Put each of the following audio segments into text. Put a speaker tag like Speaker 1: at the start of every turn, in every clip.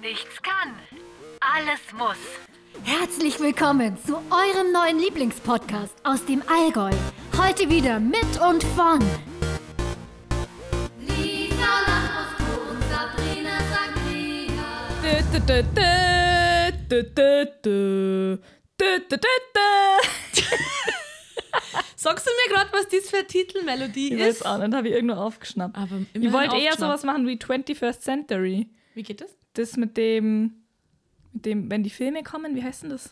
Speaker 1: nichts kann, alles muss.
Speaker 2: Herzlich willkommen zu eurem neuen Lieblingspodcast aus dem Allgäu. Heute wieder mit und von
Speaker 3: Lisa Lambrusco und Sabrina Saglia.
Speaker 4: Dö, dö, dö, dö, dö, dö, dö. Dö, dö, dö, dö.
Speaker 5: Sagst du mir gerade, was dies für eine Titelmelodie ist?
Speaker 4: Ich
Speaker 5: Ah,
Speaker 4: weiß auch nicht, habe ich irgendwo aufgeschnappt.
Speaker 5: Aber
Speaker 4: ich
Speaker 5: immerhin
Speaker 4: wollte eher
Speaker 5: aufgeschnappt.
Speaker 4: sowas machen wie 21st Century.
Speaker 5: Wie geht das?
Speaker 4: Das mit dem, mit dem, wenn die Filme kommen, wie heißt denn das?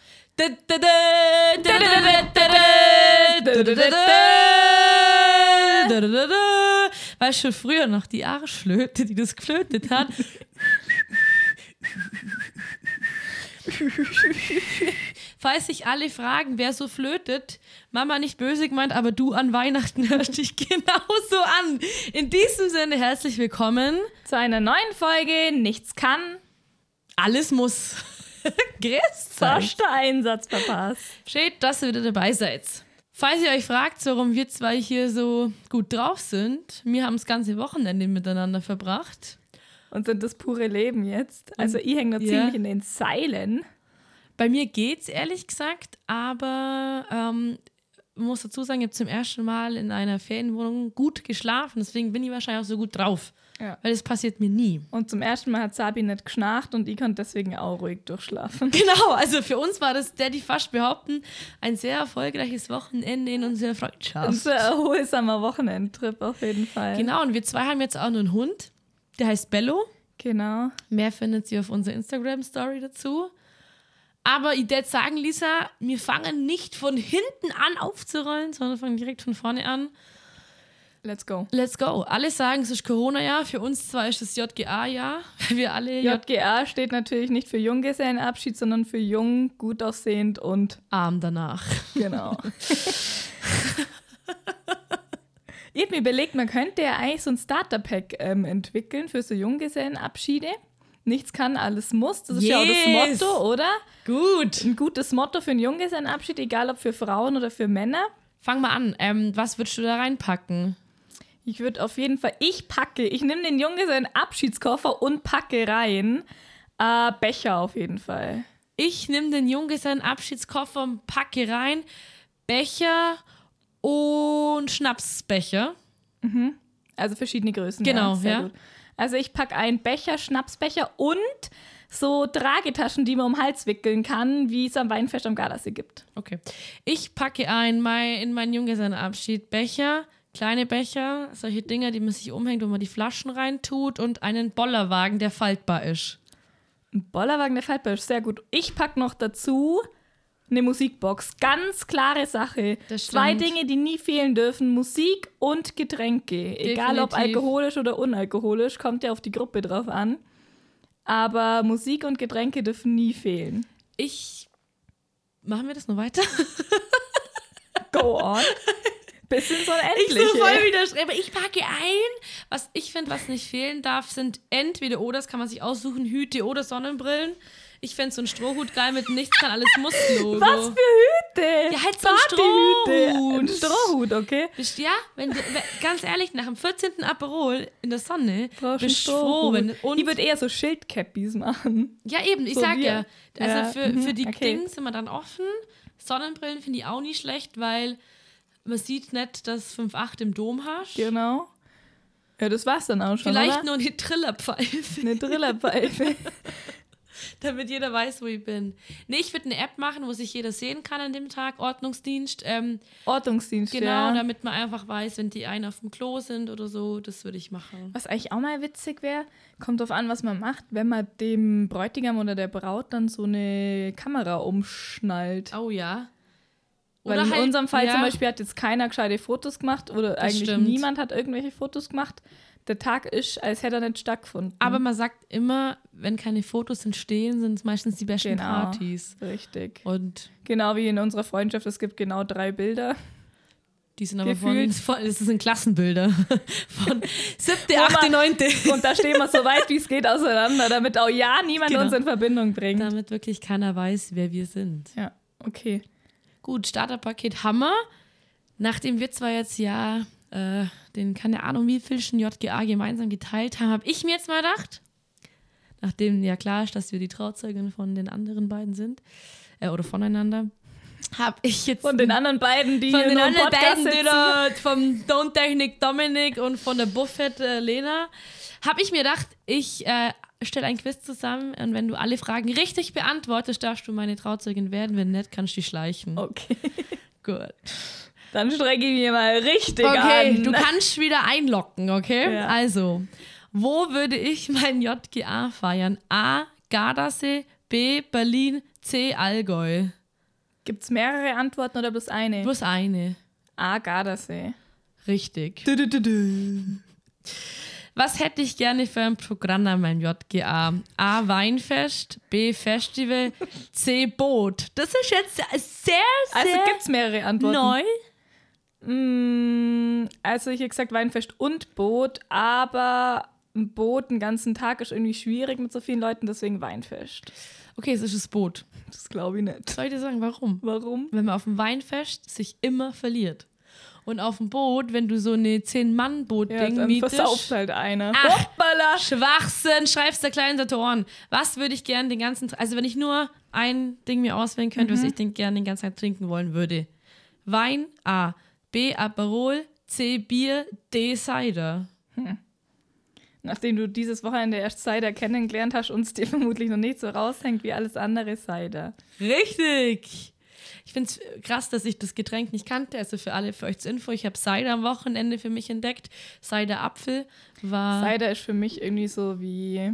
Speaker 5: Weißt du früher noch die Arschflöte, die das geflötet hat? Falls sich alle fragen, wer so flötet, Mama nicht böse gemeint, aber du an Weihnachten hörst dich genauso an. In diesem Sinne herzlich willkommen.
Speaker 4: Zu einer neuen Folge Nichts kann.
Speaker 5: Alles muss. Grüß euch.
Speaker 4: Erster Einsatz verpasst.
Speaker 5: Schön, dass ihr wieder dabei seid. Falls ihr euch fragt, warum wir zwei hier so gut drauf sind, wir haben das ganze Wochenende miteinander verbracht.
Speaker 4: Und sind das pure Leben jetzt. Also ich hänge da
Speaker 5: Ja.
Speaker 4: ziemlich in den Seilen.
Speaker 5: Bei mir geht's ehrlich gesagt, aber ähm, muss dazu sagen, ich habe zum ersten Mal in einer Ferienwohnung gut geschlafen, deswegen bin ich wahrscheinlich auch so gut drauf.
Speaker 4: Ja.
Speaker 5: Weil das passiert mir nie.
Speaker 4: Und zum ersten Mal hat Sabi nicht geschnarcht und ich konnte deswegen auch ruhig durchschlafen.
Speaker 5: Genau, also für uns war das, der die fast behaupten, ein sehr erfolgreiches Wochenende in unserer Freundschaft.
Speaker 4: Unser erholsamer Wochenendtrip auf jeden Fall.
Speaker 5: Genau, und wir zwei haben jetzt auch noch einen Hund, der heißt Bello.
Speaker 4: Genau.
Speaker 5: Mehr findet ihr auf unserer Instagram-Story dazu. Aber ich würde sagen, Lisa, wir fangen nicht von hinten an aufzurollen, sondern fangen direkt von vorne an.
Speaker 4: Let's go.
Speaker 5: Let's go. Alle sagen, es ist Corona-Jahr. Für uns zwar ist das JGA-Jahr, weil wir alle
Speaker 4: JGA steht natürlich nicht für Junggesellenabschied, sondern für jung, gut aussehend und
Speaker 5: J-Arm danach.
Speaker 4: genau. ich habe mir überlegt, man könnte ja eigentlich so ein Starter-Pack ähm, entwickeln für so Junggesellenabschiede. Nichts kann, alles muss. Das ist ja auch das
Speaker 5: Yes.
Speaker 4: Motto, oder?
Speaker 5: Gut.
Speaker 4: Ein gutes Motto für einen Junggesellenabschied, egal ob für Frauen oder für Männer.
Speaker 5: Fang mal an. Ähm, was würdest du da reinpacken?
Speaker 4: Ich würde auf jeden Fall, ich packe, ich nehme den Junggesellenabschiedskoffer und packe rein. Äh, Becher auf jeden Fall.
Speaker 5: Ich nehme den Junggesellenabschiedskoffer und packe rein Becher und Schnapsbecher.
Speaker 4: Also verschiedene Größen.
Speaker 5: Genau,
Speaker 4: sehr
Speaker 5: ja.
Speaker 4: gut. Also ich packe einen Becher, Schnapsbecher und so Tragetaschen, die man um den Hals wickeln kann, wie es am Weinfest am Gardasee gibt.
Speaker 5: Okay. Ich packe ein mein, in meinen Junggesellenabschied Becher, kleine Becher, solche Dinger, die man sich umhängt, wo man die Flaschen reintut und einen Bollerwagen, der faltbar ist.
Speaker 4: Ein Bollerwagen der Faltbar ist sehr gut. Ich packe noch dazu eine Musikbox. Ganz klare Sache.
Speaker 5: Das
Speaker 4: Zwei
Speaker 5: stimmt.
Speaker 4: Dinge, die nie fehlen dürfen. Musik und Getränke. Egal ob
Speaker 5: Definitiv.
Speaker 4: alkoholisch oder unalkoholisch, kommt ja auf die Gruppe drauf an. Aber Musik und Getränke dürfen nie fehlen.
Speaker 5: Ich. Machen wir das nur weiter?
Speaker 4: Go on. Bisschen so ein endliches.
Speaker 5: So voll widerstreben. Ich packe ein. Was ich finde, was nicht fehlen darf, sind entweder oder, das kann man sich aussuchen, Hüte oder Sonnenbrillen. Ich fände so einen Strohhut geil mit nichts kann alles muss Logo.
Speaker 4: Was für Hüte?
Speaker 5: Ja, halt so ein
Speaker 4: Partyhüte.
Speaker 5: Strohhut.
Speaker 4: äh, Ein Strohhut, okay.
Speaker 5: Bist, ja, wenn, du- wenn ganz ehrlich, nach dem 14. Aperol in der Sonne
Speaker 4: Brauchst einen
Speaker 5: bist du froh, wenn
Speaker 4: und ich würde eher so Schildcappies machen.
Speaker 5: Ja, eben, ich
Speaker 4: So
Speaker 5: sag
Speaker 4: wir.
Speaker 5: ja. Also
Speaker 4: Ja,
Speaker 5: für,
Speaker 4: mhm,
Speaker 5: für die
Speaker 4: okay.
Speaker 5: Dinge sind wir dann offen. Sonnenbrillen finde ich auch nicht schlecht, weil man sieht nicht, dass 5,8 im Dom hast.
Speaker 4: Genau. Ja, das war's dann auch schon.
Speaker 5: Vielleicht
Speaker 4: oder?
Speaker 5: nur eine Trillerpfeife,
Speaker 4: eine Drillerpfeife.
Speaker 5: damit jeder weiß, wo ich bin. Nee, ich würde eine App machen, wo sich jeder sehen kann an dem Tag, Ordnungsdienst. Ähm,
Speaker 4: Ordnungsdienst.
Speaker 5: genau,
Speaker 4: ja.
Speaker 5: damit man einfach weiß, wenn die einen auf dem Klo sind oder so, das würde ich machen.
Speaker 4: Was eigentlich auch mal witzig wäre, kommt drauf an, was man macht, wenn man dem Bräutigam oder der Braut dann so eine Kamera umschnallt.
Speaker 5: Oh ja.
Speaker 4: Weil
Speaker 5: Oder
Speaker 4: in
Speaker 5: halt-
Speaker 4: unserem Fall
Speaker 5: ja.
Speaker 4: zum Beispiel hat jetzt keiner gescheite Fotos gemacht oder eigentlich
Speaker 5: stimmt.
Speaker 4: niemand hat irgendwelche Fotos gemacht. Der Tag ist, als hätte er nicht stattgefunden.
Speaker 5: Aber man sagt immer, wenn keine Fotos entstehen, sind es meistens die besten
Speaker 4: Genau.
Speaker 5: Partys.
Speaker 4: Richtig.
Speaker 5: Und
Speaker 4: Genau wie in unserer Freundschaft, es gibt genau drei Bilder.
Speaker 5: die sind aber
Speaker 4: Gefühlt.
Speaker 5: von, von, das sind Klassenbilder. Von siebte,
Speaker 4: man-
Speaker 5: achte, neunte.
Speaker 4: Und da stehen wir so weit, wie es geht, auseinander, damit auch ja niemand
Speaker 5: Genau.
Speaker 4: uns in Verbindung bringt.
Speaker 5: Damit wirklich keiner weiß, wer wir sind.
Speaker 4: Ja, okay.
Speaker 5: Gut, Starterpaket Hammer. Nachdem wir zwar jetzt ja äh, den, keine Ahnung, wie viel JGA gemeinsam geteilt haben, habe ich mir jetzt mal gedacht, nachdem ja klar ist, dass wir die Trauzeugin von den anderen beiden sind, äh, oder voneinander, habe ich jetzt
Speaker 4: Von den anderen beiden, die hier
Speaker 5: von den
Speaker 4: nur im
Speaker 5: anderen
Speaker 4: Podcast
Speaker 5: beiden, die
Speaker 4: sitzen.
Speaker 5: da- vom Downtechnik Dominik und von der Buffett äh, Lena, habe ich mir gedacht, ich äh, stelle ein Quiz zusammen und wenn du alle Fragen richtig beantwortest, darfst du meine Trauzeugin werden. Wenn nicht, kannst du dich schleichen.
Speaker 4: Okay,
Speaker 5: Gut.
Speaker 4: dann strecke ich mir mal richtig
Speaker 5: Okay,
Speaker 4: an.
Speaker 5: du kannst wieder einlocken, okay?
Speaker 4: Ja.
Speaker 5: Also, wo würde ich mein JGA feiern? A. Gardasee, B. Berlin, C. Allgäu.
Speaker 4: Gibt's mehrere Antworten oder bloß eine?
Speaker 5: Bloß eine.
Speaker 4: A. Gardasee.
Speaker 5: Richtig. Was hätte ich gerne für ein Programm an meinem JGA? A. Weinfest, B. Festival, C. Boot. Das ist jetzt sehr, sehr
Speaker 4: Also gibt's mehrere Antworten.
Speaker 5: neu.
Speaker 4: Mm, Also ich hätte gesagt Weinfest und Boot, aber ein Boot den ganzen Tag ist irgendwie schwierig mit so vielen Leuten, deswegen Weinfest.
Speaker 5: Okay, es ist das Boot.
Speaker 4: Das glaube ich nicht.
Speaker 5: Soll ich dir sagen, warum?
Speaker 4: Warum?
Speaker 5: Wenn man auf dem Weinfest sich immer verliert. Und auf dem Boot, wenn du so eine 10-Mann-Boot-Ding
Speaker 4: dann versauft
Speaker 5: mietest.
Speaker 4: halt einer.
Speaker 5: Ach.
Speaker 4: Hoppala!
Speaker 5: Schwachsinn, schreibst der kleinen Satoren. Was würde ich gerne den ganzen Tag, also wenn ich nur ein Ding mir auswählen könnte,
Speaker 4: Mhm.
Speaker 5: was ich den gerne den ganzen Tag trinken wollen würde. Wein, A. B. Aperol, C. Bier, D. Cider.
Speaker 4: Nachdem du dieses Wochenende erst Cider kennengelernt hast und es dir vermutlich noch nicht so raushängt wie alles andere Cider.
Speaker 5: Richtig! Ich finde es krass, dass ich das Getränk nicht kannte. Also für alle, für euch zur Info, ich habe Cider am Wochenende für mich entdeckt. Cider Apfel war.
Speaker 4: Cider ist für mich irgendwie so wie,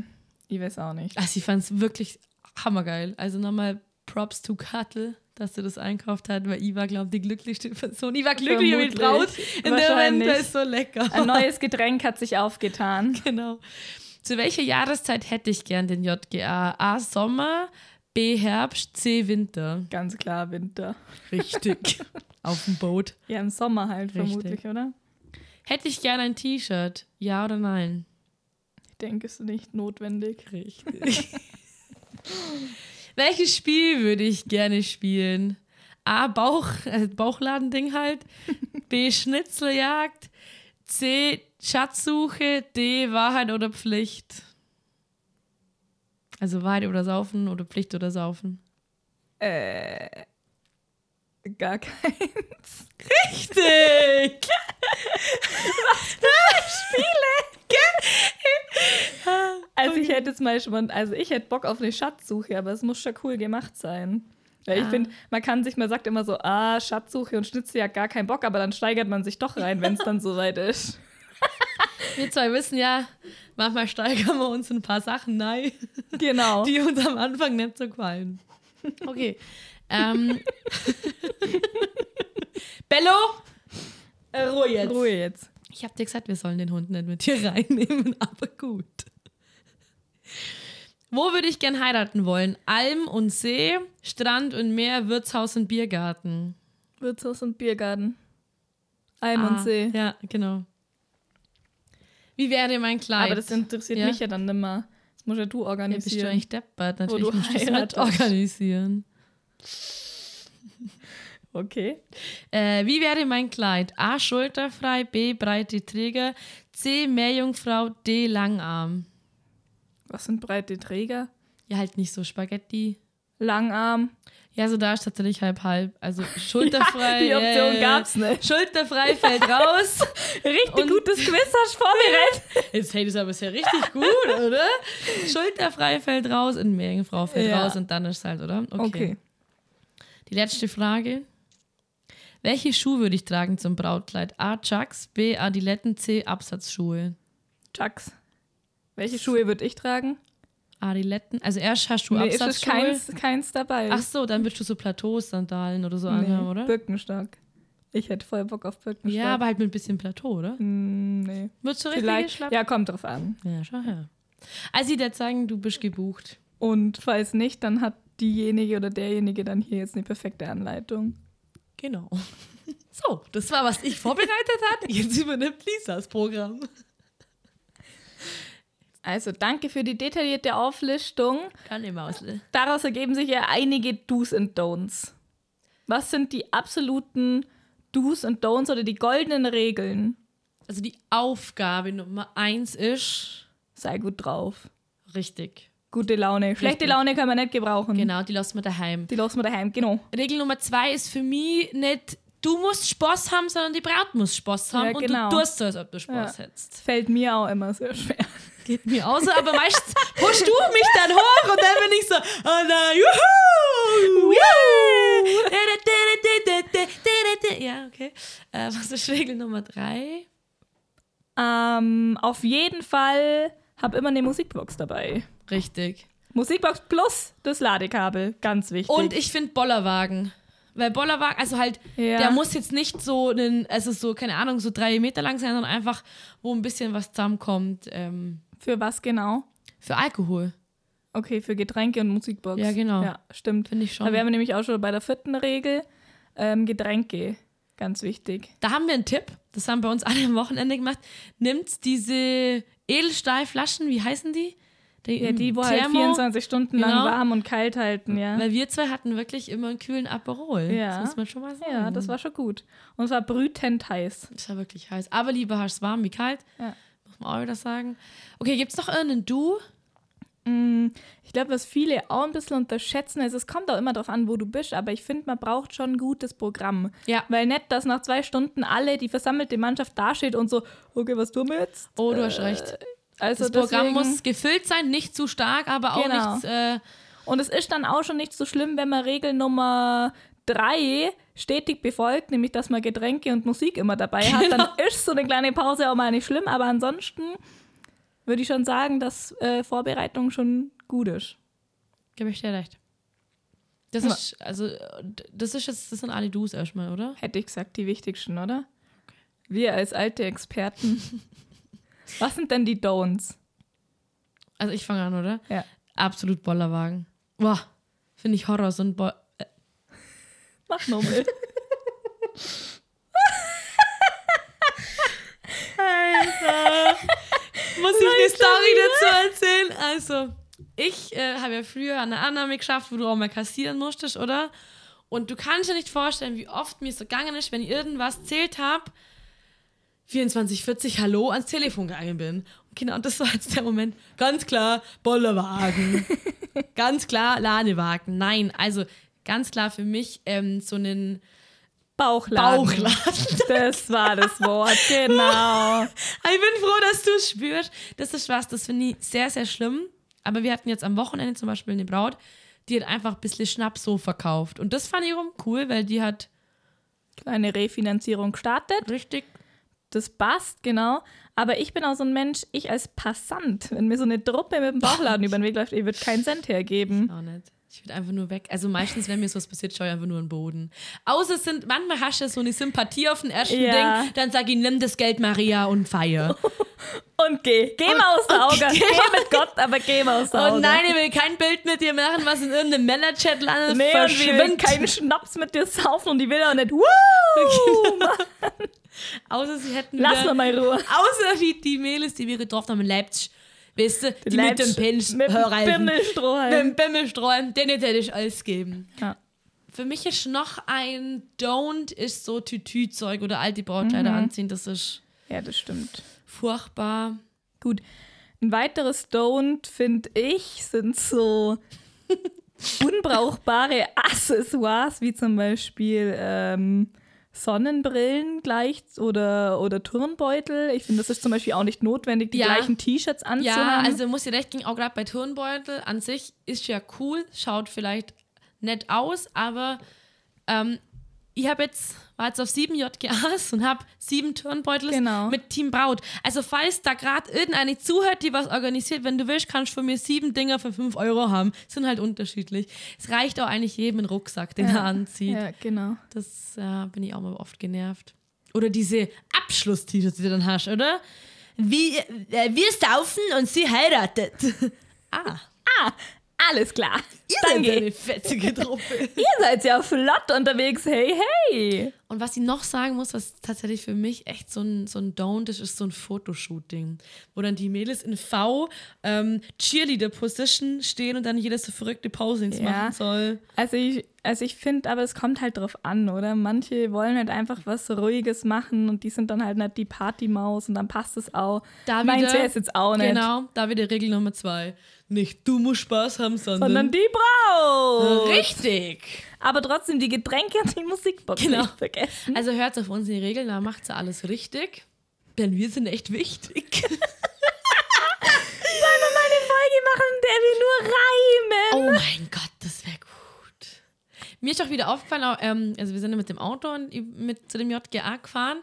Speaker 4: ich weiß auch nicht.
Speaker 5: Also ich fand es wirklich hammergeil. Also nochmal Props to Kattel, dass sie das einkauft hat, weil ich war, glaube ich, die glücklichste Person. Ich war glücklich mit Braut
Speaker 4: Vermutlich.
Speaker 5: in der Moment,
Speaker 4: Wahrscheinlich. Also
Speaker 5: das ist so lecker.
Speaker 4: Ein neues Getränk hat sich aufgetan.
Speaker 5: genau. Zu welcher Jahreszeit hätte ich gern den JGA? A. Sommer, B. Herbst, C. Winter.
Speaker 4: Ganz klar Winter.
Speaker 5: Richtig. Auf dem Boot.
Speaker 4: Ja, im Sommer halt
Speaker 5: Richtig.
Speaker 4: vermutlich, oder?
Speaker 5: Hätte ich gern ein T-Shirt? Ja oder nein?
Speaker 4: Ich denke, ist nicht notwendig.
Speaker 5: Richtig. Welches Spiel würde ich gerne spielen? A. Bauch, äh, Bauchladending halt. B. Schnitzeljagd. C. Schatzsuche. D. Wahrheit oder Pflicht. Also Wahrheit oder Saufen oder Pflicht oder Saufen.
Speaker 4: Gar kein.
Speaker 5: Dick!
Speaker 4: Also ich hätte jetzt mal schon, also ich hätte Bock auf eine Schatzsuche, aber es muss schon cool gemacht sein. Weil ich finde, man kann sich, man sagt immer so, ah, Schatzsuche und Schnitzeljagd, gar keinen Bock, aber dann steigert man sich doch rein, wenn es dann soweit ist.
Speaker 5: Wir zwei wissen ja, manchmal steigern wir uns in ein paar Sachen nein,
Speaker 4: Genau.
Speaker 5: die uns am Anfang nicht so gefallen. Okay. ähm. Bello! äh,
Speaker 4: Ruhe jetzt. Ruhe jetzt.
Speaker 5: Ich hab dir gesagt, wir sollen den Hund nicht mit hier reinnehmen, aber gut. Wo würde ich gern heiraten wollen? Alm und See, Strand und Meer, Wirtshaus und Biergarten.
Speaker 4: Wirtshaus und Biergarten. Alm und
Speaker 5: Ah,
Speaker 4: See.
Speaker 5: Ja, genau. Wie wäre mein Kleid?
Speaker 4: Aber das interessiert
Speaker 5: Ja.
Speaker 4: mich ja dann nimmer. Das musst ja du
Speaker 5: ja, bist du
Speaker 4: organisieren.
Speaker 5: eigentlich deppert. Natürlich
Speaker 4: du
Speaker 5: musst du es
Speaker 4: heiratest.
Speaker 5: mit organisieren.
Speaker 4: okay.
Speaker 5: Äh, wie wäre mein Kleid? A. Schulterfrei, B. Breite Träger, C. Meerjungfrau, D. Langarm.
Speaker 4: Was sind breite Träger?
Speaker 5: Ja, halt nicht so Spaghetti.
Speaker 4: Langarm.
Speaker 5: Ja, so da ist tatsächlich halb halb. Also schulterfrei.
Speaker 4: Die Option
Speaker 5: äh,
Speaker 4: gab's nicht.
Speaker 5: Schulterfrei fällt raus.
Speaker 4: Richtig
Speaker 5: Und-
Speaker 4: gutes Quiz hast du vorbereitet.
Speaker 5: Jetzt hält es aber sehr richtig gut, oder? Schulterfrei fällt raus und Meerjungfrau fällt
Speaker 4: Ja.
Speaker 5: raus und dann ist halt, oder? Okay. Die letzte Frage. Welche Schuhe würde ich tragen zum Brautkleid? A. Chucks, B. Adiletten, C. Absatzschuhe.
Speaker 4: Chucks. Welche Schuhe würde ich tragen?
Speaker 5: Adiletten, also erst hast du
Speaker 4: Nee, ist es
Speaker 5: Absatzschuhe.
Speaker 4: keins, keins dabei.
Speaker 5: Ach so, dann würdest du so Plateausandalen oder so anhaben, oder?
Speaker 4: Birkenstock. Ich hätte voll Bock auf Birkenstock.
Speaker 5: Ja, aber halt mit ein bisschen Plateau, oder?
Speaker 4: Hm, nee.
Speaker 5: Würdest du richtig
Speaker 4: Vielleicht.
Speaker 5: schlapp?
Speaker 4: Ja, kommt drauf an.
Speaker 5: Ja, schau her. Also, ich würde sagen, du bist gebucht.
Speaker 4: Und falls nicht, dann hat diejenige oder derjenige dann hier jetzt eine perfekte Anleitung.
Speaker 5: Genau. So, das war, was ich vorbereitet hatte. Jetzt übernimmt Lisa das Programm.
Speaker 4: Also danke für die detaillierte Auflistung.
Speaker 5: Kann immer ausle.
Speaker 4: Daraus ergeben sich ja einige Do's und Don'ts. Was sind die absoluten Do's und Don'ts oder die goldenen Regeln?
Speaker 5: Also, die Aufgabe Nummer eins ist
Speaker 4: Sei gut drauf.
Speaker 5: richtig.
Speaker 4: Gute Laune. Schlechte
Speaker 5: Richtig.
Speaker 4: Laune kann man nicht gebrauchen.
Speaker 5: Genau, die lassen wir daheim.
Speaker 4: Die lassen wir daheim, genau.
Speaker 5: Regel Nummer zwei ist für mich nicht, du musst Spaß haben, sondern die Braut muss Spaß haben
Speaker 4: Ja,
Speaker 5: und
Speaker 4: genau.
Speaker 5: du tust so, als ob du Spaß
Speaker 4: Ja.
Speaker 5: hättest.
Speaker 4: Fällt mir auch immer sehr schwer.
Speaker 5: Geht mir auch so, aber meistens pusht du mich dann hoch und dann bin ich so, oh nein, juhu! yeah. Da, da, da, da, da, da, da, da. Ja, okay. Äh, was ist Regel Nummer drei?
Speaker 4: Ähm, auf jeden Fall habe immer eine Musikbox dabei.
Speaker 5: Richtig.
Speaker 4: Musikbox plus das Ladekabel, ganz wichtig.
Speaker 5: Und ich finde Bollerwagen. Weil Bollerwagen, also halt,
Speaker 4: Ja.
Speaker 5: der muss jetzt nicht so, einen, also so, keine Ahnung, so drei Meter lang sein, sondern einfach, wo ein bisschen was zusammenkommt. Ähm,
Speaker 4: für was genau?
Speaker 5: für Alkohol.
Speaker 4: Okay, für Getränke und Musikbox.
Speaker 5: Ja, genau.
Speaker 4: Ja, stimmt.
Speaker 5: Finde ich schon.
Speaker 4: Da wären wir nämlich auch schon bei der vierten Regel. Ähm, Getränke, ganz wichtig.
Speaker 5: Da haben wir einen Tipp, das haben bei uns alle am Wochenende gemacht. Nimmt diese Edelstahlflaschen, wie heißen die?
Speaker 4: Ja, die, wo halt
Speaker 5: Hm. Thermo-
Speaker 4: 24 Stunden lang
Speaker 5: Genau.
Speaker 4: warm und kalt halten, ja.
Speaker 5: Weil wir zwei hatten wirklich immer einen kühlen Aperol.
Speaker 4: Ja.
Speaker 5: Das muss man schon mal sagen.
Speaker 4: Ja, das war schon gut. Und es war brütend heiß.
Speaker 5: Das war wirklich heiß. Aber lieber hast warm wie kalt.
Speaker 4: Ja.
Speaker 5: Muss man auch wieder sagen. Okay, gibt es noch irgendeinen Du?
Speaker 4: Ich glaube, was viele auch ein bisschen unterschätzen, ist, es kommt auch immer darauf an, wo du bist, aber ich finde, man braucht schon ein gutes Programm.
Speaker 5: Ja.
Speaker 4: Weil nicht, dass nach zwei Stunden alle, die versammelte Mannschaft dasteht und so, okay, was tun wir jetzt?
Speaker 5: Oh, du hast recht.
Speaker 4: Also
Speaker 5: das Programm
Speaker 4: deswegen-
Speaker 5: muss gefüllt sein, nicht zu stark, aber auch
Speaker 4: Genau.
Speaker 5: nichts. Äh,
Speaker 4: Und es ist dann auch schon nicht so schlimm, wenn man Regel Nummer drei stetig befolgt, nämlich dass man Getränke und Musik immer dabei hat.
Speaker 5: Genau.
Speaker 4: Dann ist so eine kleine Pause auch mal nicht schlimm, aber ansonsten würde ich schon sagen, dass äh, Vorbereitung schon gut ist.
Speaker 5: gebe ich dir recht. Das
Speaker 4: Ja.
Speaker 5: ist, also, äh, das ist jetzt, das sind alle Du's erstmal, oder?
Speaker 4: Hätte ich gesagt, die wichtigsten, oder? Wir als alte Experten. Was sind denn die Don'ts?
Speaker 5: Also ich fange an, oder?
Speaker 4: Ja.
Speaker 5: Absolut Bollerwagen. Boah, finde ich Horror, so ein Bo äh,
Speaker 4: Mach nur mit.
Speaker 5: Muss ich eine Story dazu erzählen? Also, ich äh, habe ja früher eine Annahme geschafft, wo du auch mal kassieren musstest, oder? Und du kannst dir nicht vorstellen, wie oft mir es so gegangen ist, wenn ich irgendwas zählt habe, 2440 Hallo ans Telefon gegangen bin. Und genau, das war jetzt der Moment. Ganz klar, Bollerwagen. ganz klar, Ladewagen. Nein, also ganz klar für mich ähm, so einen
Speaker 4: Bauchladen.
Speaker 5: Bauchladen.
Speaker 4: Das war das Wort, genau.
Speaker 5: Ich bin froh, dass du es spürst. Das ist was, das finde ich sehr, sehr schlimm. Aber wir hatten jetzt am Wochenende zum Beispiel eine Braut, die hat einfach ein bisschen Schnaps so verkauft. Und das fand ich rum cool, weil die hat
Speaker 4: Kleine Refinanzierung startet.
Speaker 5: richtig.
Speaker 4: Das passt, genau. Aber ich bin auch so ein Mensch, ich als Passant, wenn mir so eine Truppe mit dem Bauchladen über den Weg läuft, ich würde keinen Cent hergeben.
Speaker 5: Auch nicht. Ich würde einfach nur weg. Also meistens, wenn mir sowas passiert, schaue ich einfach nur in den Boden. Außer es sind, manchmal hast du so eine Sympathie auf den ersten
Speaker 4: Ja.
Speaker 5: Ding, dann sag ich, nimm das Geld, Maria, und feier.
Speaker 4: Und geh. Geh mal Oh aus der Auge. Geh mit Gott, aber geh mal aus der Auge.
Speaker 5: Und nein, ich will kein Bild mit dir machen, was in irgendeinem Männerchat landet.
Speaker 4: nee, und ich will
Speaker 5: Verschwind.
Speaker 4: keinen Schnaps mit dir saufen und die will auch nicht. Woo!
Speaker 5: Außer sie hätten
Speaker 4: Lass
Speaker 5: wieder-
Speaker 4: mir mal in Ruhe.
Speaker 5: Außer wie die Mädels, die wir getroffen haben in Leipzig. Weißt du, die mit dem Pins,
Speaker 4: Mit dem
Speaker 5: Hörreifen, mit
Speaker 4: Bimmelstrohhalm.
Speaker 5: dem Bimmelstrohhalm, den hätte ich alles geben.
Speaker 4: Ja.
Speaker 5: Für mich ist noch ein Don't ist so Tütü-Zeug oder alte
Speaker 4: Mhm.
Speaker 5: Brautkleider anziehen. Das ist
Speaker 4: ja, das stimmt.
Speaker 5: furchtbar.
Speaker 4: Gut. Ein weiteres Don't, finde ich, sind so unbrauchbare Accessoires, wie zum Beispiel ähm, Sonnenbrillen gleich oder, oder Turnbeutel. Ich finde, das ist zum Beispiel auch nicht notwendig, die
Speaker 5: Ja.
Speaker 4: gleichen T-Shirts
Speaker 5: Ja,
Speaker 4: anzuhaben.
Speaker 5: also muss ich recht gehen, auch gerade bei Turnbeutel an sich ist ja cool, schaut vielleicht nett aus, aber ähm, ich habe jetzt, war jetzt auf sieben JGAs und habe sieben Turnbeutel
Speaker 4: Genau.
Speaker 5: mit Team Braut. Also falls da gerade irgendeine zuhört, die was organisiert, wenn du willst, kannst du von mir sieben Dinger für fünf Euro haben. Sind halt unterschiedlich. Es reicht auch eigentlich jedem ein Rucksack, den er anzieht.
Speaker 4: ja, genau.
Speaker 5: Das ja, bin ich auch mal oft genervt. Oder diese Abschluss-T-Shirts, die du dann hast, oder? Wie, äh, wir saufen und sie heiratet. Ah,
Speaker 4: Alles klar.
Speaker 5: ihr
Speaker 4: Dann
Speaker 5: seid
Speaker 4: geh.
Speaker 5: eine fetzige Truppe.
Speaker 4: Ihr seid ja flott unterwegs. Hey, hey.
Speaker 5: Und was ich noch sagen muss, was tatsächlich für mich echt so ein, so ein Don't ist, ist so ein Fotoshooting, wo dann die Mädels in V ähm, Cheerleader-Position stehen und dann jeder so verrückte Posings
Speaker 4: Ja.
Speaker 5: machen soll.
Speaker 4: Also ich, also ich finde, aber es kommt halt drauf an, oder? Manche wollen halt einfach was Ruhiges machen und die sind dann halt nicht die Partymaus und dann passt es auch.
Speaker 5: Da
Speaker 4: Meins
Speaker 5: wieder-
Speaker 4: wäre es jetzt auch nicht.
Speaker 5: Genau, da wieder Regel Nummer zwei. Nicht du musst Spaß haben,
Speaker 4: Sondern
Speaker 5: sondern,
Speaker 4: die braucht.
Speaker 5: Mhm. richtig.
Speaker 4: Aber trotzdem die Getränke und die Musikbox
Speaker 5: Genau.
Speaker 4: nicht vergessen.
Speaker 5: Also hört auf unsere Regeln, da macht sie alles richtig. Denn wir sind echt wichtig.
Speaker 4: Eine Folge machen, in der wir nur reimen.
Speaker 5: Oh mein Gott, das wäre gut. Mir ist auch wieder aufgefallen, auch, ähm, also wir sind ja mit dem Auto und mit zu dem JGA gefahren.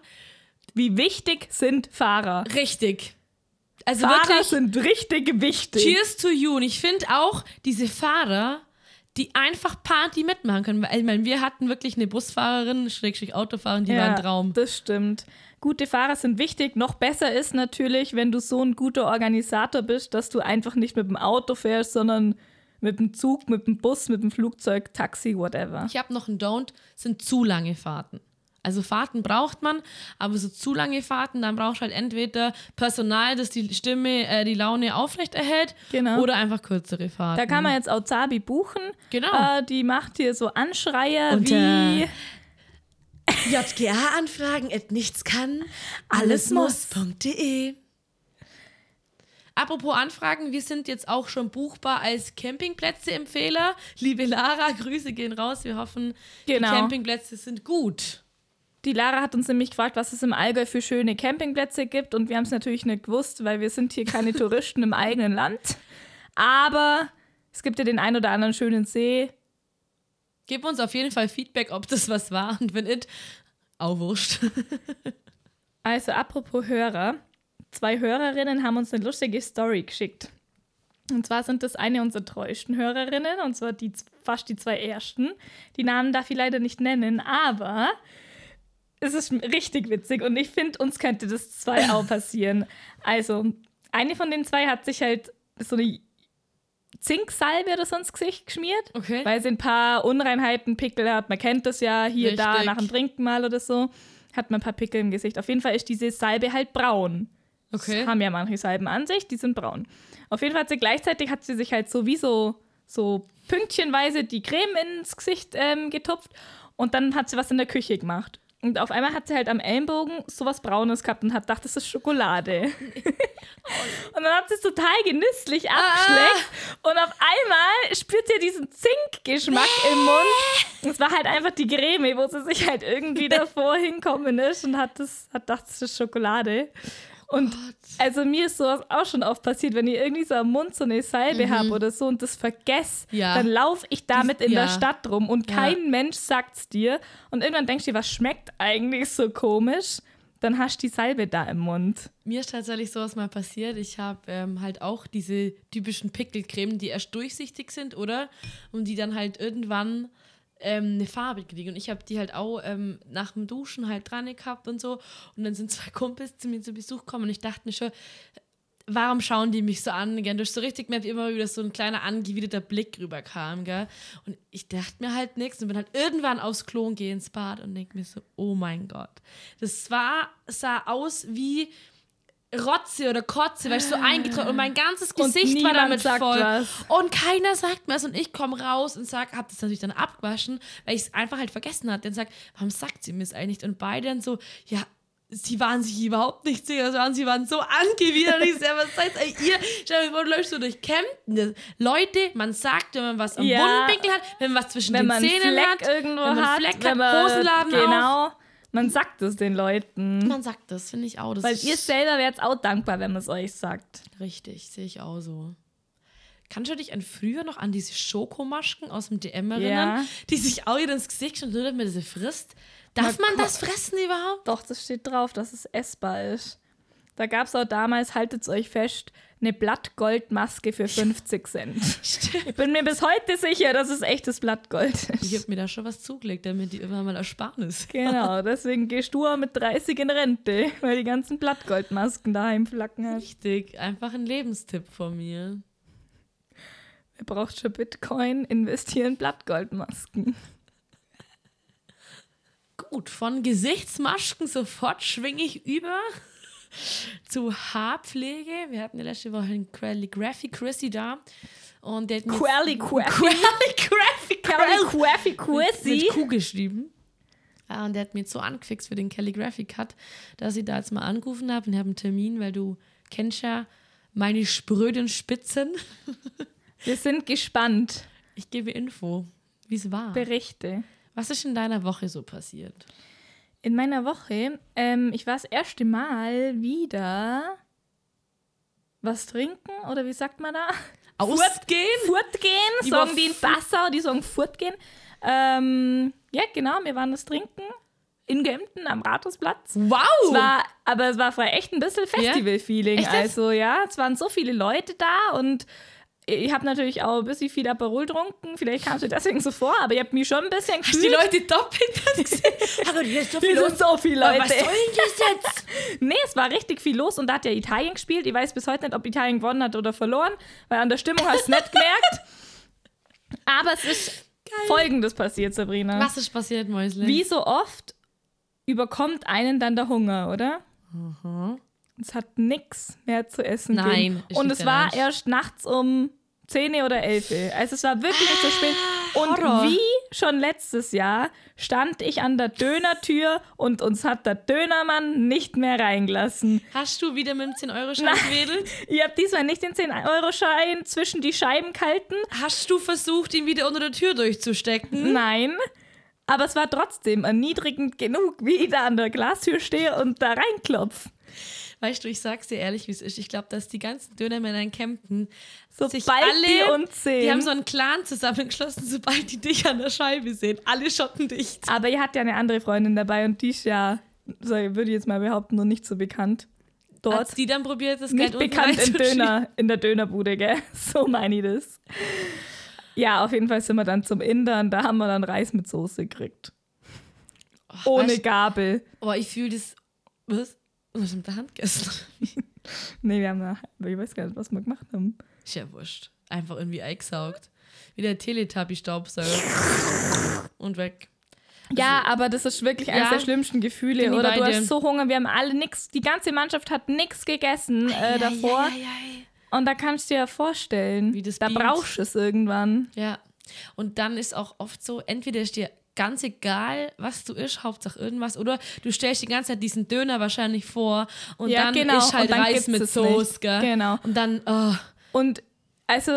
Speaker 4: Wie wichtig sind Fahrer?
Speaker 5: Richtig. Also
Speaker 4: Fahrer
Speaker 5: wirklich,
Speaker 4: sind richtig wichtig.
Speaker 5: cheers to you. Und ich finde auch diese Fahrer, die einfach Party mitmachen können. Weil, ich meine, wir hatten wirklich eine Busfahrerin, Schrägstrich Autofahrerin, die war ein Traum.
Speaker 4: Das stimmt. Gute Fahrer sind wichtig. Noch besser ist natürlich, wenn du so ein guter Organisator bist, dass du einfach nicht mit dem Auto fährst, sondern mit dem Zug, mit dem Bus, mit dem Flugzeug, Taxi, whatever.
Speaker 5: Ich habe noch ein Don't, sind zu lange Fahrten. Also Fahrten braucht man, aber so zu lange Fahrten, dann brauchst du halt entweder Personal, das die Stimme, äh, die Laune aufrecht erhält,
Speaker 4: Genau.
Speaker 5: oder einfach kürzere Fahrten.
Speaker 4: Da kann man jetzt auch Zabi buchen.
Speaker 5: hm. Genau.
Speaker 4: Äh, die macht hier so Anschreier
Speaker 5: Und,
Speaker 4: wie.
Speaker 5: äh, JGA anfragen, at nichts kann, allesmuss.de. E. Apropos Anfragen, wir sind jetzt auch schon buchbar als Campingplätze-Empfehler. Liebe Lara, Grüße gehen raus. Wir hoffen,
Speaker 4: Genau.
Speaker 5: die Campingplätze sind gut.
Speaker 4: Die Lara hat uns nämlich gefragt, was es im Allgäu für schöne Campingplätze gibt. Und wir haben es natürlich nicht gewusst, weil wir sind hier keine Touristen im eigenen Land. Aber es gibt ja den ein oder anderen schönen See.
Speaker 5: Gib uns auf jeden Fall Feedback, ob das was war und wenn nicht, auch wurscht.
Speaker 4: Also apropos Hörer, zwei Hörerinnen haben uns eine lustige Story geschickt. Und zwar sind das eine unserer treuesten Hörerinnen, und zwar die, fast die zwei ersten. Die Namen darf ich leider nicht nennen, aber es ist richtig witzig und ich finde, uns könnte das zwei auch passieren. Also, eine von den zwei hat sich halt so eine Zinksalbe oder sonst Gesicht geschmiert,
Speaker 5: Okay.
Speaker 4: weil sie ein paar Unreinheiten, Pickel hat. Man kennt das ja hier, da,
Speaker 5: Richtig.
Speaker 4: nach dem Trinken mal oder so. Hat man ein paar Pickel im Gesicht. Auf jeden Fall ist diese Salbe halt braun.
Speaker 5: Okay.
Speaker 4: Das haben ja manche Salben an sich, die sind braun. Auf jeden Fall hat sie gleichzeitig hat sie sich halt so wie so, so pünktchenweise die Creme ins Gesicht ähm, getupft und dann hat sie was in der Küche gemacht. Und auf einmal hat sie halt am Ellenbogen sowas Braunes gehabt und hat gedacht, das ist Schokolade. und dann hat sie es total genüsslich abgeschleckt und auf einmal spürt sie ja diesen Zinkgeschmack im Mund. Es war halt einfach die Creme, wo sie sich halt irgendwie davor hinkommen ist und hat, das, hat gedacht, das ist Schokolade. Und also mir ist sowas auch schon oft passiert, wenn ich irgendwie so am Mund so eine Salbe habe oder so und das vergesse,
Speaker 5: Mhm. Ja.
Speaker 4: dann laufe ich damit in
Speaker 5: ja.
Speaker 4: der Stadt rum und
Speaker 5: Ja.
Speaker 4: kein Mensch sagt's dir. Und irgendwann denkst du dir, was schmeckt eigentlich so komisch? Dann hast du die Salbe da im Mund.
Speaker 5: Mir ist tatsächlich sowas mal passiert. Ich habe ähm, halt auch diese typischen Pickelcremen, die erst durchsichtig sind, oder? Und die dann halt irgendwann ähm, eine Farbe kriegen. Und ich habe die halt auch ähm, nach dem Duschen halt dran gehabt und so. Und dann sind zwei Kumpels zu mir zu Besuch gekommen und ich dachte mir schon, warum schauen die mich so an? Gell? Durch so richtig mir hat immer wieder so ein kleiner angewiderter Blick rüberkam, gell? Und ich dachte mir halt nichts und bin halt irgendwann aufs Klo und gehe ins Bad und denke mir so, oh mein Gott. Das war, sah aus wie Rotze oder Kotze, weißt du, so eingetragen und mein ganzes
Speaker 4: Und
Speaker 5: Gesicht war
Speaker 4: niemand
Speaker 5: damit
Speaker 4: sagt
Speaker 5: voll.
Speaker 4: was.
Speaker 5: Und keiner sagt mir was und ich komme raus und sag, hab das natürlich dann abgewaschen, weil ich es einfach halt vergessen hatte. Dann sag, warum sagt sie mir es eigentlich? nicht? Und beide dann so, ja, sie waren sich überhaupt nicht sicher, sondern sie waren so angewidert. Und ich sag, was seid eigentlich ihr? Stell dir vor, du läufst so durch Kempten. Das- Leute, man sagt, wenn man was am
Speaker 4: Ja.
Speaker 5: Mundwinkel hat, wenn man was zwischen
Speaker 4: Wenn
Speaker 5: den
Speaker 4: man
Speaker 5: Zähnen hat,
Speaker 4: Fleck irgendwo
Speaker 5: wenn man
Speaker 4: hat,
Speaker 5: Fleck
Speaker 4: wenn
Speaker 5: hat,
Speaker 4: man,
Speaker 5: Hosenladen auf.
Speaker 4: Genau, man sagt es den Leuten.
Speaker 5: Man sagt das, finde ich auch. Das
Speaker 4: Weil
Speaker 5: ist
Speaker 4: ihr selber wärt auch dankbar, wenn man es euch sagt.
Speaker 5: Richtig, sehe ich auch so. Kannst du dich an früher noch an diese Schokomaschken aus dem DM erinnern,
Speaker 4: Ja.
Speaker 5: die sich auch jeder ins Gesicht schon damit diese frisst? Darf man das fressen überhaupt?
Speaker 4: Doch, das steht drauf, dass es essbar ist. Da gab es auch damals, haltet's euch fest, eine Blattgoldmaske für 50 Cent.
Speaker 5: Stimmt.
Speaker 4: Ich bin mir bis heute sicher, dass es echtes Blattgold
Speaker 5: Ich
Speaker 4: ist.
Speaker 5: habe mir da schon was zugelegt, damit die immer mal Ersparnis.
Speaker 4: Genau, deswegen gehst du auch mit 30 in Rente, weil die ganzen Blattgoldmasken daheim flacken halt. hast.
Speaker 5: Richtig, einfach ein Lebenstipp von mir.
Speaker 4: Ihr braucht schon Bitcoin, investieren Blattgoldmasken.
Speaker 5: Gut. Gut, von Gesichtsmasken sofort schwinge ich über zu Haarpflege. Wir hatten ja letzte Woche einen Calligraphy Chrissy da. Und der hat mir-
Speaker 4: Quelly Quaffy.
Speaker 5: Calligraphy Chrissy.
Speaker 4: Quelly Quaffy
Speaker 5: Mit
Speaker 4: Quissy.
Speaker 5: Q geschrieben. Ah, und der hat mich jetzt so angefixt für den Calligraphy Cut, dass ich da jetzt mal angerufen habe und ich habe einen Termin, weil du kennst ja meine spröden Spitzen.
Speaker 4: Wir sind gespannt.
Speaker 5: Ich gebe Info, wie es war.
Speaker 4: Berichte.
Speaker 5: Was ist in deiner Woche so passiert?
Speaker 4: In meiner Woche, ähm, ich war das erste Mal wieder was trinken oder wie sagt man da?
Speaker 5: Ausgehen?
Speaker 4: Furtgehen,
Speaker 5: Über
Speaker 4: sagen die in
Speaker 5: Fu-
Speaker 4: Passau, die sagen Furtgehen. Ähm, ja, genau, wir waren das Trinken in Gempten am Rathausplatz. Es
Speaker 5: Wow!
Speaker 4: war, aber es war frei echt ein bisschen Festival-Feeling.
Speaker 5: Oh. Echt jetzt?
Speaker 4: Also ja, es waren so viele Leute da und ich habe natürlich auch ein bisschen viel Aperol getrunken. Vielleicht kam es mir deswegen so vor, aber ich habe mich schon ein bisschen
Speaker 5: Hast
Speaker 4: gefühlt.
Speaker 5: die Leute doppelt gesehen? Aber hier ist so
Speaker 4: Hier
Speaker 5: viel
Speaker 4: sind so viele Leute.
Speaker 5: Was soll denn das jetzt?
Speaker 4: Nee, es war richtig viel los und da hat ja Italien gespielt. Ich weiß bis heute nicht, ob Italien gewonnen hat oder verloren, weil an der Stimmung hast du es nicht gemerkt. Aber es ist Folgendes passiert, Sabrina.
Speaker 5: Was ist passiert, Mäusle?
Speaker 4: Wie so oft überkommt einen dann der Hunger, oder? Mhm. Es hat nichts mehr zu essen
Speaker 5: Nein,
Speaker 4: gegeben.
Speaker 5: ist
Speaker 4: Und
Speaker 5: nicht
Speaker 4: es war
Speaker 5: dein
Speaker 4: erst nachts um 10 oder 11. Uhr. Also es war wirklich nicht so spät. Und
Speaker 5: Horror.
Speaker 4: wie schon letztes Jahr stand ich an der Dönertür und uns hat der Dönermann nicht mehr reingelassen.
Speaker 5: Hast du wieder mit dem 10-Euro-Schein gewedelt?
Speaker 4: Ihr habt diesmal nicht den 10-Euro-Schein zwischen die Scheiben gehalten.
Speaker 5: Hast du versucht, ihn wieder unter der Tür durchzustecken?
Speaker 4: Nein. Aber es war trotzdem erniedrigend genug, wie ich da an der Glastür stehe und da reinklopf.
Speaker 5: Weißt du, ich sag's dir ehrlich, wie es ist. Ich glaube, dass die ganzen Dönermänner in Kempten
Speaker 4: Sobald
Speaker 5: sich
Speaker 4: die
Speaker 5: alle,
Speaker 4: uns sehen.
Speaker 5: die haben so einen Clan zusammengeschlossen, sobald die dich an der Scheibe sehen. Alle schotten dich.
Speaker 4: Aber ihr habt ja eine andere Freundin dabei und die ist ja, so, würde ich jetzt mal behaupten, noch nicht so bekannt. Dort.
Speaker 5: Hat's die dann probiert, das Geld
Speaker 4: Nicht
Speaker 5: unten
Speaker 4: bekannt in,
Speaker 5: reinzuschieben?
Speaker 4: Döner, in der Dönerbude, gell? So meine ich das. Ja, auf jeden Fall sind wir dann zum Inder und da haben wir dann Reis mit Soße gekriegt. Ohne
Speaker 5: Oh, weißt-
Speaker 4: Gabel.
Speaker 5: Oh, ich fühle das. Was? Was mit der Hand gegessen?
Speaker 4: Nee, wir haben nach, ich weiß gar nicht, was wir gemacht haben.
Speaker 5: Ist ja wurscht. Einfach irgendwie eingesaugt. Wie der Teletubby-Staubsauger. Und weg.
Speaker 4: Ja, aber das ist wirklich eines
Speaker 5: Also, Ja.
Speaker 4: der schlimmsten Gefühle.
Speaker 5: Bin ich
Speaker 4: Oder
Speaker 5: bei
Speaker 4: du
Speaker 5: dir.
Speaker 4: hast so Hunger, wir haben alle nichts, die ganze Mannschaft hat nichts gegessen äh, davor. Und da kannst du dir ja vorstellen,
Speaker 5: Wie das
Speaker 4: da
Speaker 5: beamt.
Speaker 4: brauchst du es irgendwann.
Speaker 5: Ja. Und dann ist auch oft so, entweder ist dir ganz egal, was du isch, Hauptsache irgendwas, oder du stellst die ganze Zeit diesen Döner wahrscheinlich vor und
Speaker 4: Ja,
Speaker 5: dann
Speaker 4: genau.
Speaker 5: ist halt
Speaker 4: Und dann
Speaker 5: Reis
Speaker 4: gibt's
Speaker 5: mit
Speaker 4: es nicht.
Speaker 5: Soße, gell?
Speaker 4: Genau.
Speaker 5: Und dann, oh,
Speaker 4: Und also,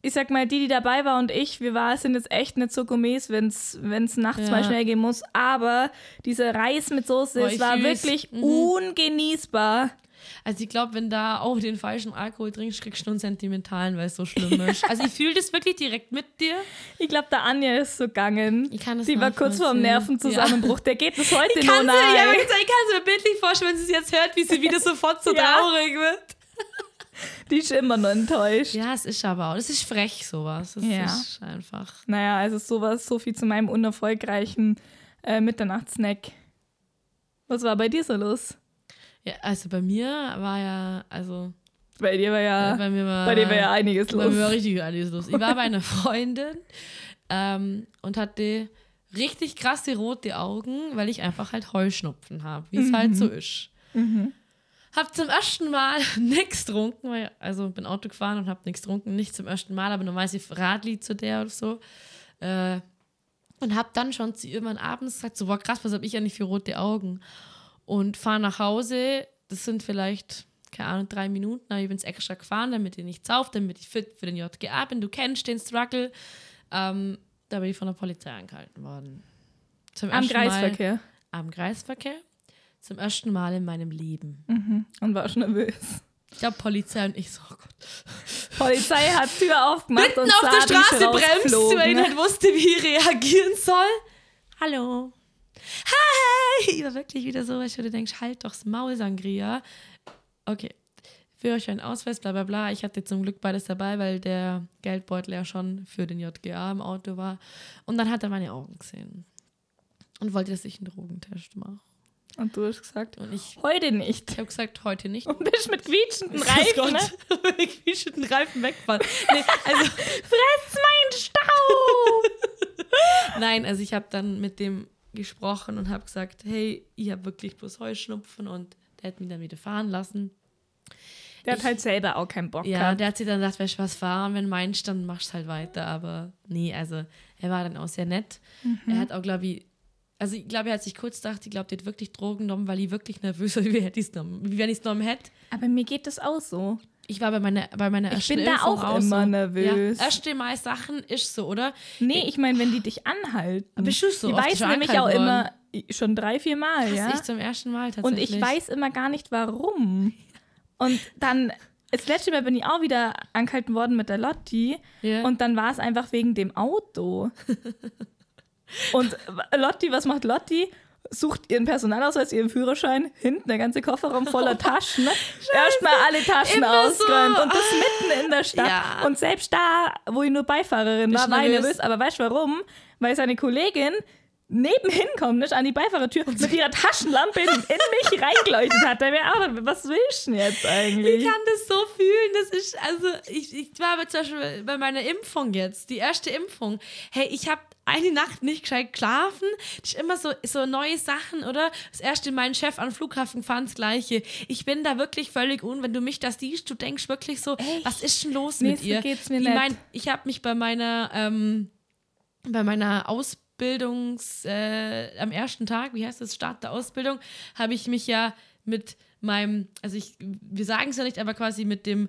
Speaker 4: ich sag mal, die, die dabei war und ich, wir war, sind jetzt echt nicht so Gourmets, wenn es nachts
Speaker 5: Ja.
Speaker 4: mal schnell gehen muss. Aber dieser Reis mit Soße,
Speaker 5: Boah,
Speaker 4: es
Speaker 5: ich
Speaker 4: war
Speaker 5: fühl's.
Speaker 4: wirklich
Speaker 5: Mhm.
Speaker 4: ungenießbar.
Speaker 5: also ich glaube, wenn da auch den falschen Alkohol trinkst, kriegst du einen sentimentalen, weil es so schlimm ist. Also ich fühle das wirklich direkt mit dir.
Speaker 4: Ich glaube, der Anja ist so gegangen.
Speaker 5: Ich kann das
Speaker 4: die war kurz
Speaker 5: nachvollziehen.
Speaker 4: vorm Nervenzusammenbruch. Der geht bis heute
Speaker 5: Ich
Speaker 4: nur
Speaker 5: kann sie
Speaker 4: nahe.
Speaker 5: ja, ich kann's mir bildlich vorstellen, wenn sie es jetzt hört, wie sie wieder sofort so
Speaker 4: Ja.
Speaker 5: traurig wird.
Speaker 4: Die ist immer noch enttäuscht.
Speaker 5: Ja, es ist aber auch, es ist frech sowas. Es
Speaker 4: Ja.
Speaker 5: ist einfach.
Speaker 4: Naja, also sowas, so viel zu meinem unerfolgreichen äh, Mitternachtssnack. Was war bei dir so los?
Speaker 5: Ja, also bei mir war ja, also
Speaker 4: Bei dir war ja,
Speaker 5: bei mir war,
Speaker 4: bei dir war ja einiges
Speaker 5: bei
Speaker 4: los.
Speaker 5: mir war richtig alles los. Ich war bei einer Freundin ähm, und hatte richtig krasse rote Augen, weil ich einfach halt Heuschnupfen habe, wie es
Speaker 4: Mhm.
Speaker 5: halt so ist. Hab zum ersten Mal nichts getrunken, weil, also bin Auto gefahren und hab nichts getrunken, nicht zum ersten Mal, aber normalerweise Radli zu der oder so. Äh, und hab dann schon zu ihr irgendwann abends gesagt, so, boah, krass, was hab ich eigentlich für rote Augen? und fahre nach Hause. Das sind vielleicht, keine Ahnung, drei Minuten, aber ich bin extra gefahren, damit ich nicht sauf, damit ich fit für den JGA bin. Du kennst den Struggle. Ähm, da bin ich von der Polizei angehalten worden. Zum
Speaker 4: Am
Speaker 5: ersten Mal-
Speaker 4: Kreisverkehr.
Speaker 5: Am Kreisverkehr. Zum ersten Mal in meinem Leben.
Speaker 4: Und war schon nervös.
Speaker 5: Ich glaube, Polizei und ich so, oh Gott.
Speaker 4: Polizei hat Tür aufgemacht
Speaker 5: Mitten
Speaker 4: und
Speaker 5: auf der
Speaker 4: sah, wie ich
Speaker 5: Straße bremst,
Speaker 4: rausflog,
Speaker 5: weil ich
Speaker 4: ne?
Speaker 5: nicht wusste, wie ich reagieren soll. Hallo. Hi! Ich war wirklich wieder so, weil ich würde denkst, halt doch's Maul, Sangria. Okay. Für euch einen Ausweis, bla bla bla. Ich hatte zum Glück beides dabei, weil der Geldbeutel ja schon für den JGA im Auto war. Und dann hat er meine Augen gesehen. Und wollte, dass ich einen Drogentest mache.
Speaker 4: Und du hast gesagt,
Speaker 5: Und ich,
Speaker 4: heute
Speaker 5: ich
Speaker 4: nicht.
Speaker 5: habe gesagt, heute nicht.
Speaker 4: Und bist mit quietschenden Oh, Reifen. Ne?
Speaker 5: Ich will schon den Reifen wegfahren. Nee, also,
Speaker 4: Fress mein Stau!
Speaker 5: Nein, also ich habe dann mit dem gesprochen und habe gesagt, hey, ich habe wirklich bloß Heuschnupfen und der hat mich dann wieder fahren lassen.
Speaker 4: Der hat halt selber auch keinen Bock
Speaker 5: Ja,
Speaker 4: gehabt.
Speaker 5: der hat sich dann gesagt, wenn du was fahren, wenn meinst, dann machst halt weiter. Aber nee, also er war dann auch sehr nett.
Speaker 4: Mhm.
Speaker 5: Er hat auch, glaube ich, also ich glaube, er hat sich kurz gedacht, ich glaube, der hat wirklich Drogen genommen, weil ich wirklich nervös war, wie, hätte ich's genommen, wie wenn ich es genommen hätte.
Speaker 4: Aber mir geht das auch so.
Speaker 5: Ich war bei meiner, bei meiner
Speaker 4: Ich
Speaker 5: ersten
Speaker 4: bin da
Speaker 5: Impfung
Speaker 4: auch immer
Speaker 5: so.
Speaker 4: nervös.
Speaker 5: Ja, erste Mal Sachen ist so, oder?
Speaker 4: Nee, ich meine, wenn die dich anhalten.
Speaker 5: Bist du so
Speaker 4: Ich
Speaker 5: oft
Speaker 4: weiß
Speaker 5: schon
Speaker 4: nämlich auch
Speaker 5: angehalten
Speaker 4: immer schon drei, vier Mal,
Speaker 5: Das
Speaker 4: ja.
Speaker 5: ich zum ersten Mal
Speaker 4: Und
Speaker 5: tatsächlich.
Speaker 4: ich weiß immer gar nicht warum. Und dann, das letzte Mal bin ich auch wieder angehalten worden mit der Lotti.
Speaker 5: Ja.
Speaker 4: Und dann war es einfach wegen dem Auto. Und Lotti, was macht Lotti? Sucht ihren Personalausweis, ihren Führerschein, hinten der ganze Kofferraum voller Taschen. Erstmal alle Taschen
Speaker 5: Immer so.
Speaker 4: ausgeräumt und das mitten in der Stadt.
Speaker 5: Ja.
Speaker 4: Und selbst da, wo ich nur Beifahrerin
Speaker 5: Bist
Speaker 4: war, war ich
Speaker 5: nervös.
Speaker 4: nervös. Aber weißt du warum? Weil seine Kollegin nebenhin kommt, nicht an die Beifahrertür, mit ihrer Taschenlampe in, in mich reingeleuchtet hat. Da wäre auch, was willst du denn jetzt
Speaker 5: Ich
Speaker 4: eigentlich?
Speaker 5: kann das so fühlen. Das ist, also, ich, ich war aber zum Beispiel bei meiner Impfung jetzt, die erste Impfung. Hey, ich habe eine Nacht nicht gescheit geschlafen. Das ist immer so, so neue Sachen, oder? Das erste Mal ein Chef an den Flughafen gefahren, das Gleiche. Ich bin da wirklich völlig un, wenn du mich das siehst, du denkst wirklich so, was ist denn los
Speaker 4: Nee,
Speaker 5: mit
Speaker 4: so
Speaker 5: ihr?
Speaker 4: geht's mir
Speaker 5: ich
Speaker 4: nicht.
Speaker 5: ich habe mich bei meiner, ähm, bei meiner Ausbildungs, äh, am ersten Tag, wie heißt das, Start der Ausbildung, habe ich mich ja mit meinem, also ich, wir sagen es ja nicht, aber quasi mit dem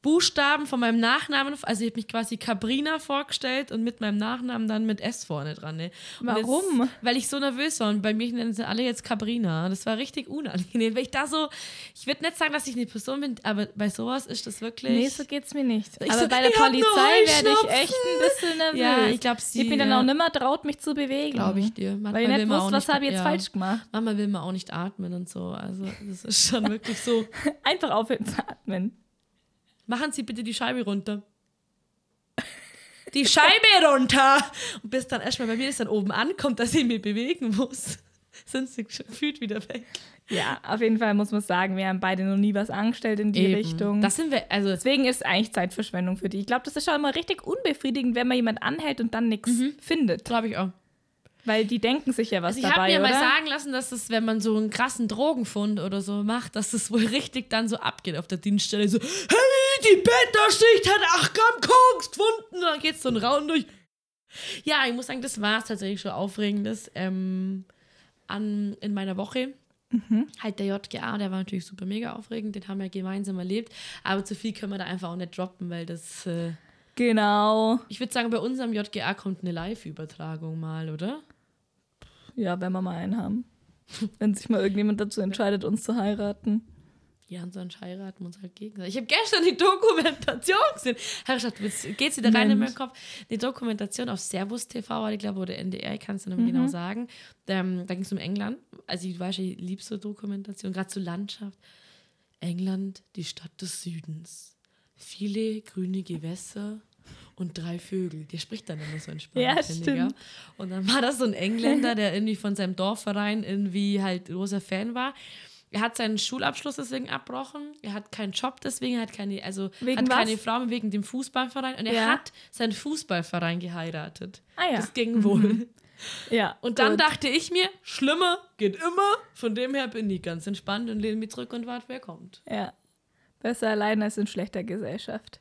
Speaker 5: Buchstaben von meinem Nachnamen, also ich habe mich quasi Cabrina vorgestellt und mit meinem Nachnamen dann mit S vorne dran. Ne? Und
Speaker 4: Warum?
Speaker 5: Jetzt, weil ich so nervös war und bei mir nennen sie alle jetzt Cabrina. Das war richtig unangenehm, weil ich da so, ich würde nicht sagen, dass ich eine Person bin, aber bei sowas ist das wirklich.
Speaker 4: Nee, so geht's mir nicht.
Speaker 5: Ich
Speaker 4: Aber
Speaker 5: so,
Speaker 4: bei der
Speaker 5: ich hab nur
Speaker 4: Polizei werde ich
Speaker 5: Heuschnupfen.
Speaker 4: echt ein bisschen nervös.
Speaker 5: Ja, ich glaub, sie-
Speaker 4: Ich bin dann
Speaker 5: ja.
Speaker 4: auch nimmer traut, mich zu bewegen.
Speaker 5: Glaub ich dir. Manchmal
Speaker 4: Weil ich
Speaker 5: will
Speaker 4: nicht
Speaker 5: man auch
Speaker 4: wusste, was
Speaker 5: nicht-
Speaker 4: habe ich jetzt
Speaker 5: ja.
Speaker 4: falsch gemacht.
Speaker 5: Manchmal will man auch nicht atmen und so. Also, das ist schon wirklich so.
Speaker 4: Einfach aufhören zu atmen.
Speaker 5: Machen Sie bitte die Scheibe runter. Die Scheibe runter! Und bis dann erstmal bei mir das dann oben ankommt, dass ich mich bewegen muss. Sonst sind sie gefühlt wieder weg.
Speaker 4: Ja, auf jeden Fall muss man sagen, wir haben beide noch nie was angestellt in die Richtung.
Speaker 5: Das sind wir, also,
Speaker 4: Deswegen ist es eigentlich Zeitverschwendung für die. Ich glaube, das ist schon immer richtig unbefriedigend, wenn man jemand anhält und dann nichts findet.
Speaker 5: glaube ich auch.
Speaker 4: Weil die denken sich ja was
Speaker 5: Mhm. Also ich habe
Speaker 4: dabei,
Speaker 5: mir
Speaker 4: oder?
Speaker 5: mal sagen lassen, dass es, wenn man so einen krassen Drogenfund oder so macht, dass es wohl richtig dann so abgeht auf der Dienststelle. So, hey, die Bettlerschicht hat 8 Gramm Koks gefunden. Dann geht so ein Raun durch. Ja, ich muss sagen, das war es tatsächlich schon Aufregendes ähm, an, in meiner Woche.
Speaker 4: Mhm.
Speaker 5: Halt der JGA, der war natürlich super mega aufregend, den haben wir gemeinsam erlebt. Aber zu viel können wir da einfach auch nicht droppen, weil das, äh,
Speaker 4: genau.
Speaker 5: ich würde sagen, bei uns am JGA kommt eine Live-Übertragung mal, oder?
Speaker 4: Ja, wenn wir mal einen haben. wenn sich mal irgendjemand dazu entscheidet, uns zu heiraten.
Speaker 5: Ja, und sonst heiraten wir uns halt gegenseitig. Ich habe gestern die Dokumentation gesehen. Habe ich gedacht, willst- geht's dir da rein in meinen
Speaker 4: Mensch.
Speaker 5: Kopf? Die Dokumentation auf Servus TV war die, glaube ich, oder NDR, ich kann es dir
Speaker 4: Mhm.
Speaker 5: nicht mehr genau sagen. Ähm, da ging es um England. Also, ich weiß, ich liebe so Dokumentation, gerade zur Landschaft. England, die Stadt des Südens. Viele grüne Gewässer und drei Vögel. Der spricht dann immer so entspannt.
Speaker 4: Ja,
Speaker 5: finde ich, gell?
Speaker 4: stimmt.
Speaker 5: Und dann war das so ein Engländer, der irgendwie von seinem Dorfverein irgendwie halt großer Fan war. Er hat seinen Schulabschluss deswegen abbrochen. Er hat keinen Job deswegen, er hat keine, also
Speaker 4: Wegen
Speaker 5: hat
Speaker 4: was?
Speaker 5: keine Frau mehr wegen dem Fußballverein. Und er
Speaker 4: Ja.
Speaker 5: hat seinen Fußballverein geheiratet.
Speaker 4: Ah ja.
Speaker 5: Das ging wohl.
Speaker 4: Ja.
Speaker 5: Und dann
Speaker 4: gut.
Speaker 5: dachte ich mir, schlimmer geht immer. Von dem her bin ich ganz entspannt und lehne mich zurück und warte, wer kommt.
Speaker 4: Ja. Besser allein als in schlechter Gesellschaft.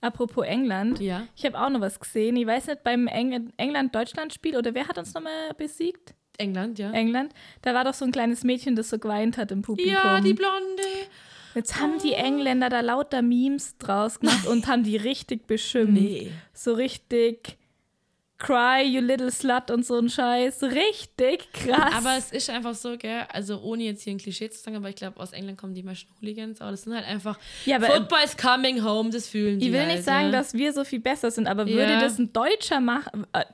Speaker 4: Apropos England.
Speaker 5: Ja.
Speaker 4: Ich habe auch noch was gesehen. Ich weiß nicht, beim Eng England-Deutschland-Spiel, oder wer hat uns nochmal besiegt?
Speaker 5: England, ja.
Speaker 4: England. Da war doch so ein kleines Mädchen, das so geweint hat im Publikum.
Speaker 5: ja, die Blonde.
Speaker 4: Jetzt haben die Engländer da lauter Memes draus gemacht und haben die richtig beschimpft.
Speaker 5: Nee.
Speaker 4: So richtig Cry, you little slut und so ein Scheiß. Richtig krass.
Speaker 5: Aber es ist einfach so, gell, also ohne jetzt hier ein Klischee zu sagen, aber ich glaube, aus England kommen die meisten Hooligans, aber das sind halt einfach
Speaker 4: Ja, aber- ähm,
Speaker 5: Football's coming home, das fühlen die
Speaker 4: ich will
Speaker 5: halt,
Speaker 4: nicht sagen,
Speaker 5: ne?
Speaker 4: dass wir so viel besser sind, aber
Speaker 5: Ja.
Speaker 4: würde das ein Deutscher machen, äh,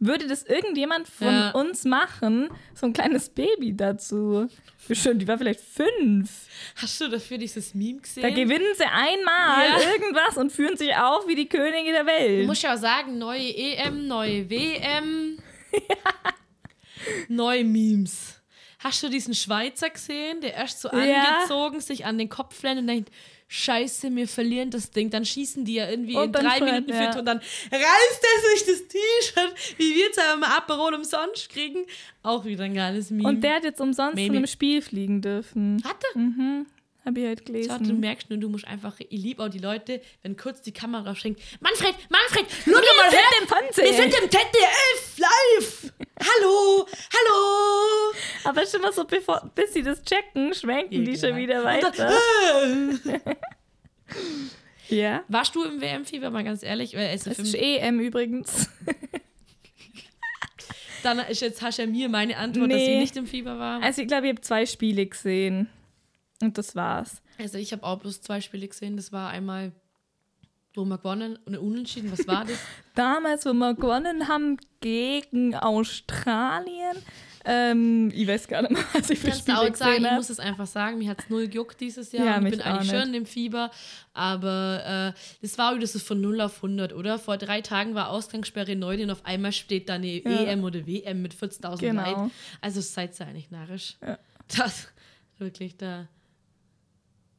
Speaker 4: würde das irgendjemand von
Speaker 5: Ja.
Speaker 4: uns machen, so ein kleines Baby dazu? Bestimmt, die war vielleicht fünf.
Speaker 5: Hast du dafür dieses Meme gesehen?
Speaker 4: Da gewinnen sie einmal
Speaker 5: Ja.
Speaker 4: irgendwas und führen sich auf wie die Könige der Welt.
Speaker 5: Muss ja auch sagen, neue EM, neue WM, neue Memes. Hast du diesen Schweizer gesehen, der erst so
Speaker 4: Ja.
Speaker 5: angezogen sich an den Kopf flennt und denkt, Scheiße, wir verlieren das Ding. Dann schießen die ja irgendwie
Speaker 4: Und
Speaker 5: in
Speaker 4: dann
Speaker 5: drei
Speaker 4: Fred,
Speaker 5: Minuten
Speaker 4: ja.
Speaker 5: fit und dann reißt er sich das T-Shirt, wie wir jetzt einmal Aperol umsonst kriegen. Auch wieder ein geiles Meme.
Speaker 4: Und der hat jetzt umsonst
Speaker 5: Maybe.
Speaker 4: zu einem Spiel fliegen dürfen.
Speaker 5: hatte.
Speaker 4: Hab ich halt
Speaker 5: Schau, du
Speaker 4: gelesen.
Speaker 5: merkst nur, du musst einfach, ich liebe auch die Leute, wenn kurz die Kamera schenkt. Manfred, Manfred, schau mal her!
Speaker 4: im Panzer.
Speaker 5: Wir sind im ZDF live! Hallo, hallo!
Speaker 4: Aber schon mal so, bevor, bis sie das checken, schwenken die schon wieder weiter.
Speaker 5: Und dann, äh.
Speaker 4: Ja.
Speaker 5: Warst du im WM-Fieber, mal ganz ehrlich? also Oder
Speaker 4: Es
Speaker 5: SF
Speaker 4: ist EM übrigens.
Speaker 5: Dann ist jetzt hast ja mir meine Antwort, dass
Speaker 4: Nee.
Speaker 5: ich nicht im Fieber war.
Speaker 4: Also ich glaube, ich habe zwei Spiele gesehen. Und das war's.
Speaker 5: Also ich habe auch bloß zwei Spiele gesehen. Das war einmal, wo wir gewonnen und unentschieden. Was war das?
Speaker 4: Damals, wo wir gewonnen haben gegen Australien. Ähm, ich weiß gar nicht mehr, was ich für
Speaker 5: kannst du
Speaker 4: Spiele
Speaker 5: auch sagen,
Speaker 4: gesehen
Speaker 5: ich
Speaker 4: habe.
Speaker 5: muss es einfach sagen, mir hat es null gejuckt dieses Jahr.
Speaker 4: Ja,
Speaker 5: und ich
Speaker 4: mich
Speaker 5: bin eigentlich
Speaker 4: auch
Speaker 5: schon in dem Fieber, aber äh, das war wieder so von 0 auf 100, oder? Vor drei Tagen war Ausgangssperre in Neudien, auf einmal steht da eine EM oder WM mit 40.000
Speaker 4: Genau.
Speaker 5: Leuten. Also seid ihr eigentlich narrisch. Das, wirklich, da...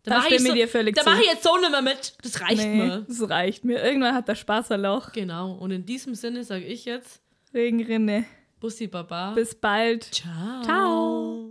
Speaker 4: Da
Speaker 5: mach
Speaker 4: stimme ich dir völlig
Speaker 5: da
Speaker 4: zu.
Speaker 5: mache ich jetzt so nicht mehr mit. Das reicht
Speaker 4: Nee,
Speaker 5: mir.
Speaker 4: das reicht mir. Irgendwann hat der Spaß ein Loch.
Speaker 5: Genau, und in diesem Sinne sage ich jetzt,
Speaker 4: Regenrinne.
Speaker 5: Bussi Baba.
Speaker 4: Bis bald.
Speaker 5: Ciao.
Speaker 4: Ciao.